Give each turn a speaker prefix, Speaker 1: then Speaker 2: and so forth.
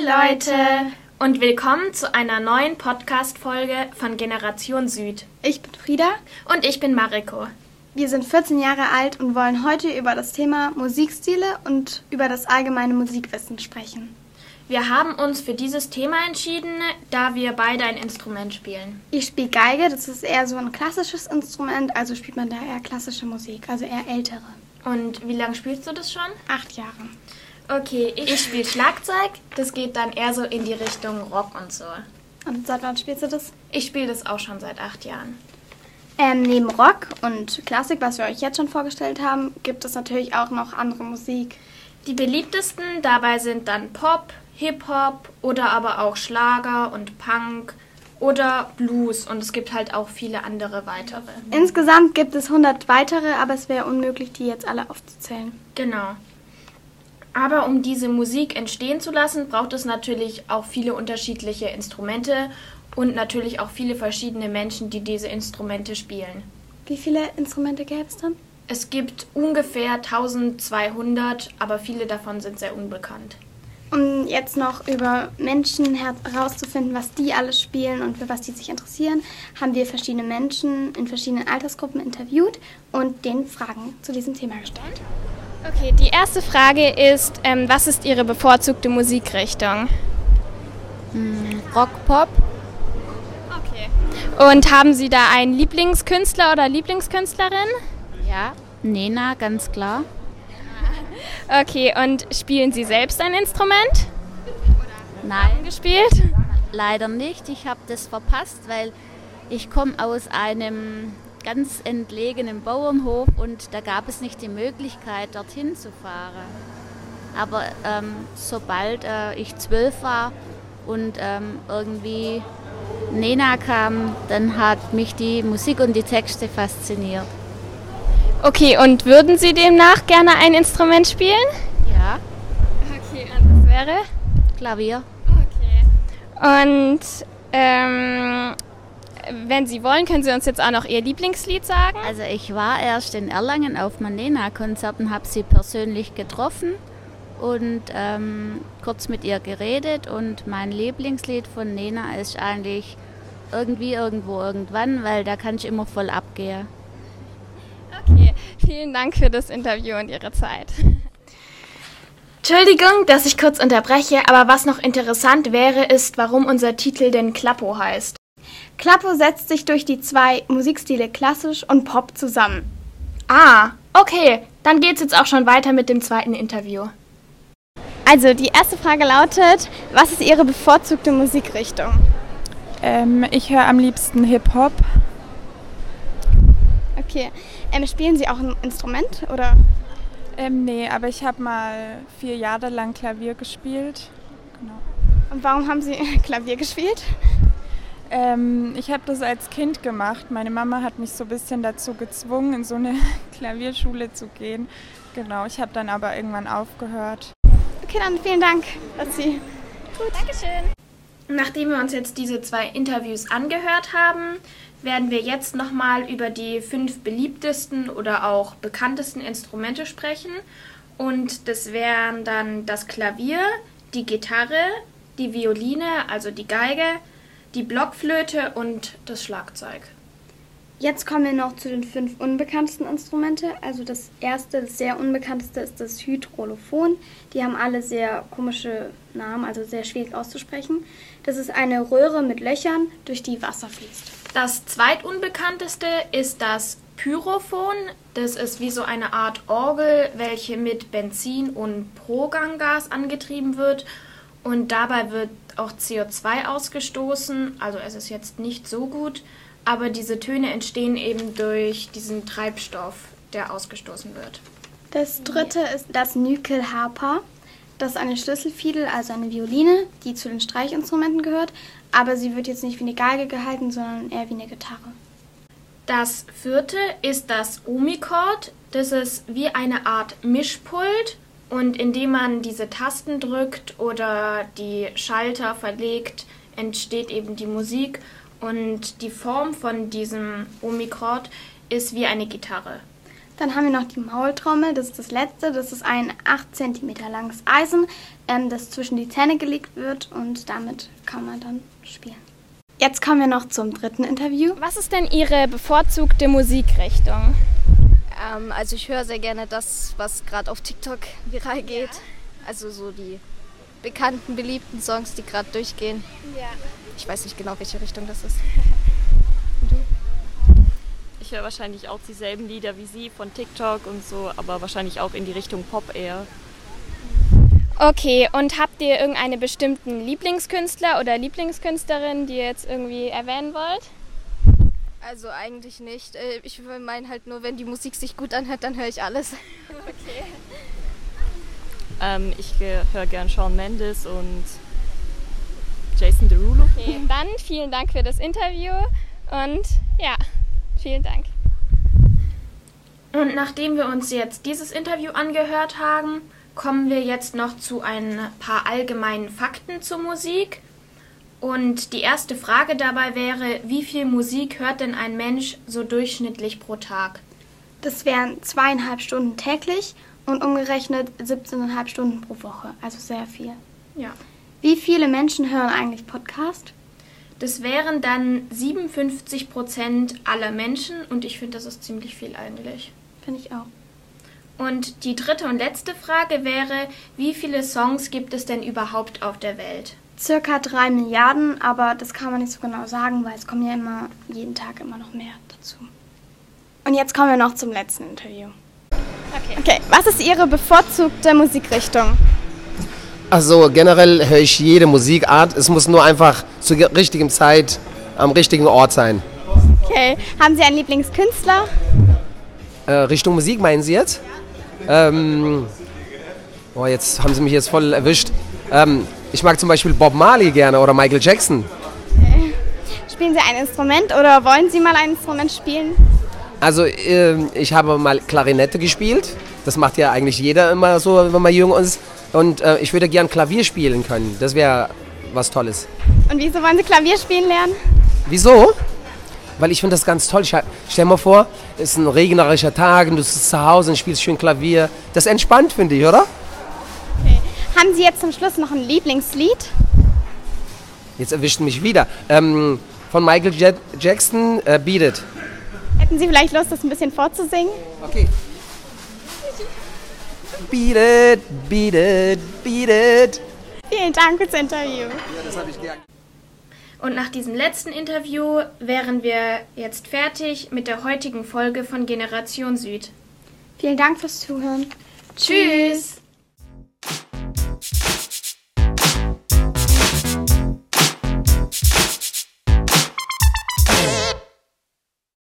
Speaker 1: Leute und willkommen zu einer neuen Podcast-Folge von Generation Süd.
Speaker 2: Ich bin Frieda.
Speaker 1: Und ich bin Mariko.
Speaker 2: Wir sind 14 Jahre alt und wollen heute über das Thema Musikstile und über das allgemeine Musikwissen sprechen.
Speaker 1: Wir haben uns für dieses Thema entschieden, da wir beide ein Instrument spielen.
Speaker 2: Ich spiele Geige, das ist eher so ein klassisches Instrument, also spielt man da eher klassische Musik, also eher ältere.
Speaker 1: Und wie lange spielst du das schon?
Speaker 2: Acht Jahre.
Speaker 1: Okay, ich spiele Schlagzeug. Das geht dann eher so in die Richtung Rock und so.
Speaker 2: Und seit wann spielst du das?
Speaker 1: Ich spiele das auch schon seit acht Jahren.
Speaker 2: Ähm, neben Rock und Klassik, was wir euch jetzt schon vorgestellt haben, gibt es natürlich auch noch andere Musik.
Speaker 1: Die beliebtesten dabei sind dann Pop, Hip-Hop oder aber auch Schlager und Punk oder Blues. Und es gibt halt auch viele andere weitere.
Speaker 2: Insgesamt gibt es 100 weitere, aber es wäre unmöglich, die jetzt alle aufzuzählen.
Speaker 1: Genau. Aber um diese Musik entstehen zu lassen, braucht es natürlich auch viele unterschiedliche Instrumente und natürlich auch viele verschiedene Menschen, die diese Instrumente spielen.
Speaker 2: Wie viele Instrumente gäbe es dann?
Speaker 1: Es gibt ungefähr 1200, aber viele davon sind sehr unbekannt.
Speaker 2: Um jetzt noch über Menschen herauszufinden, was die alles spielen und für was die sich interessieren, haben wir verschiedene Menschen in verschiedenen Altersgruppen interviewt und denen Fragen zu diesem Thema gestellt.
Speaker 3: Okay, die erste Frage ist, ähm, was ist Ihre bevorzugte Musikrichtung?
Speaker 4: Hm, Rock, Pop,
Speaker 3: Okay. Und haben Sie da einen Lieblingskünstler oder Lieblingskünstlerin?
Speaker 4: ja, Nena, ganz klar.
Speaker 3: Okay, und spielen Sie selbst ein Instrument?
Speaker 4: Nein,
Speaker 3: Gespielt?
Speaker 4: leider nicht. Ich habe das verpasst, weil ich komme aus einem ganz entlegenen Bauernhof und da gab es nicht die Möglichkeit, dorthin zu fahren. Aber ähm, sobald äh, ich zwölf war und ähm, irgendwie Nena kam, dann hat mich die Musik und die Texte fasziniert.
Speaker 3: Okay, und würden Sie demnach gerne ein Instrument spielen?
Speaker 4: Ja,
Speaker 3: Okay, und das wäre?
Speaker 4: Klavier.
Speaker 3: Okay. Und ähm, wenn Sie wollen, können Sie uns jetzt auch noch Ihr Lieblingslied sagen.
Speaker 4: Also ich war erst in Erlangen auf Manena-Konzerten, habe sie persönlich getroffen und ähm, kurz mit ihr geredet und mein Lieblingslied von Nena ist eigentlich irgendwie, irgendwo, irgendwann, weil da kann ich immer voll abgehen.
Speaker 3: Okay, vielen Dank für das Interview und Ihre Zeit.
Speaker 1: Entschuldigung, dass ich kurz unterbreche, aber was noch interessant wäre, ist, warum unser Titel denn Klappo heißt.
Speaker 2: Klappo setzt sich durch die zwei Musikstile klassisch und Pop zusammen.
Speaker 1: Ah, okay, dann geht's jetzt auch schon weiter mit dem zweiten Interview.
Speaker 3: Also, die erste Frage lautet: Was ist Ihre bevorzugte Musikrichtung?
Speaker 5: Ähm, ich höre am liebsten Hip-Hop.
Speaker 2: Okay. Ähm, spielen Sie auch ein Instrument oder?
Speaker 5: Ähm, nee, aber ich habe mal vier Jahre lang Klavier gespielt.
Speaker 2: Und warum haben Sie Klavier gespielt?
Speaker 5: Ähm, ich habe das als Kind gemacht. Meine Mama hat mich so ein bisschen dazu gezwungen, in so eine Klavierschule zu gehen. Genau, ich habe dann aber irgendwann aufgehört.
Speaker 2: Okay, dann vielen Dank, dass Sie
Speaker 1: Nachdem wir uns jetzt diese zwei Interviews angehört haben, werden wir jetzt nochmal über die fünf beliebtesten oder auch bekanntesten Instrumente sprechen. Und das wären dann das Klavier, die Gitarre, die Violine, also die Geige, die Blockflöte und das Schlagzeug.
Speaker 2: Jetzt kommen wir noch zu den fünf unbekanntesten Instrumente. Also das erste, das sehr unbekannteste ist das Hydrolophon. Die haben alle sehr komische Namen, also sehr schwierig auszusprechen. Das ist eine Röhre mit Löchern, durch die Wasser fließt.
Speaker 1: Das zweitunbekannteste ist das Pyrophon. Das ist wie so eine Art Orgel, welche mit Benzin und Progangas angetrieben wird. Und dabei wird auch CO2 ausgestoßen. Also es ist jetzt nicht so gut. Aber diese Töne entstehen eben durch diesen Treibstoff, der ausgestoßen wird.
Speaker 2: Das dritte ist das Nykelharpa. Das ist eine Schlüsselfiedel, also eine Violine, die zu den Streichinstrumenten gehört. Aber sie wird jetzt nicht wie eine Geige gehalten, sondern eher wie eine Gitarre.
Speaker 1: Das vierte ist das Omikord. Das ist wie eine Art Mischpult und indem man diese Tasten drückt oder die Schalter verlegt, entsteht eben die Musik und die Form von diesem Omikord ist wie eine Gitarre.
Speaker 2: Dann haben wir noch die Maultrommel, das ist das letzte. Das ist ein 8 cm langes Eisen, ähm, das zwischen die Zähne gelegt wird und damit kann man dann spielen. Jetzt kommen wir noch zum dritten Interview.
Speaker 3: Was ist denn Ihre bevorzugte Musikrichtung?
Speaker 6: Ähm, also ich höre sehr gerne das, was gerade auf TikTok viral geht. Also so die bekannten, beliebten Songs, die gerade durchgehen. Ich weiß nicht genau, welche Richtung das ist.
Speaker 7: Ich höre wahrscheinlich auch dieselben Lieder wie Sie von TikTok und so, aber wahrscheinlich auch in die Richtung Pop eher.
Speaker 3: Okay, und habt ihr irgendeinen bestimmten Lieblingskünstler oder Lieblingskünstlerin, die ihr jetzt irgendwie erwähnen wollt?
Speaker 6: Also eigentlich nicht. Äh, Ich meine halt nur, wenn die Musik sich gut anhört, dann höre ich alles.
Speaker 7: Ähm, ich ge- höre gern Shawn Mendes und Jason Derulo.
Speaker 3: Okay, dann vielen Dank für das Interview und ja, vielen Dank.
Speaker 1: Und nachdem wir uns jetzt dieses Interview angehört haben, kommen wir jetzt noch zu ein paar allgemeinen Fakten zur Musik. Und die erste Frage dabei wäre, wie viel Musik hört denn ein Mensch so durchschnittlich pro Tag?
Speaker 2: Das wären zweieinhalb Stunden täglich und umgerechnet 17,5 Stunden pro Woche, also sehr viel.
Speaker 1: Ja.
Speaker 2: Wie viele Menschen hören eigentlich Podcast?
Speaker 1: Das wären dann 57 Prozent aller Menschen und ich finde, das ist ziemlich viel eigentlich.
Speaker 2: Finde ich auch.
Speaker 1: Und die dritte und letzte Frage wäre, wie viele Songs gibt es denn überhaupt auf der Welt?
Speaker 2: Circa 3 Milliarden, aber das kann man nicht so genau sagen, weil es kommen ja immer jeden Tag immer noch mehr dazu. Und jetzt kommen wir noch zum letzten Interview.
Speaker 3: Okay, was ist Ihre bevorzugte Musikrichtung?
Speaker 8: Also generell höre ich jede Musikart. Es muss nur einfach zur ge- richtigen Zeit am richtigen Ort sein.
Speaker 3: Okay, haben Sie einen Lieblingskünstler?
Speaker 8: Äh, Richtung Musik meinen Sie jetzt? Ähm, oh, jetzt haben Sie mich jetzt voll erwischt. Ähm, ich mag zum Beispiel Bob Marley gerne oder Michael Jackson.
Speaker 3: Spielen Sie ein Instrument oder wollen Sie mal ein Instrument spielen?
Speaker 8: Also ähm, ich habe mal Klarinette gespielt. Das macht ja eigentlich jeder immer so, wenn man jung ist. Und äh, ich würde gern Klavier spielen können. Das wäre was Tolles.
Speaker 3: Und wieso wollen Sie Klavier spielen lernen?
Speaker 8: Wieso? Weil ich finde das ganz toll. Ich, hab- stell mal vor, es ist ein regnerischer Tag und du sitzt zu Hause und spielst schön Klavier. Das ist entspannt, finde ich, oder?
Speaker 3: Haben Sie jetzt zum Schluss noch ein Lieblingslied?
Speaker 8: Jetzt erwischt mich wieder. Ähm, von Michael Jet Jackson, äh, Beat It.
Speaker 3: Hätten Sie vielleicht Lust, das ein bisschen vorzusingen?
Speaker 8: Okay. Beat it, beat it, beat it.
Speaker 3: Vielen Dank fürs Interview.
Speaker 8: Das habe ich gern.
Speaker 1: Und nach diesem letzten Interview wären wir jetzt fertig mit der heutigen Folge von Generation Süd.
Speaker 2: Vielen Dank fürs Zuhören.
Speaker 1: Tschüss!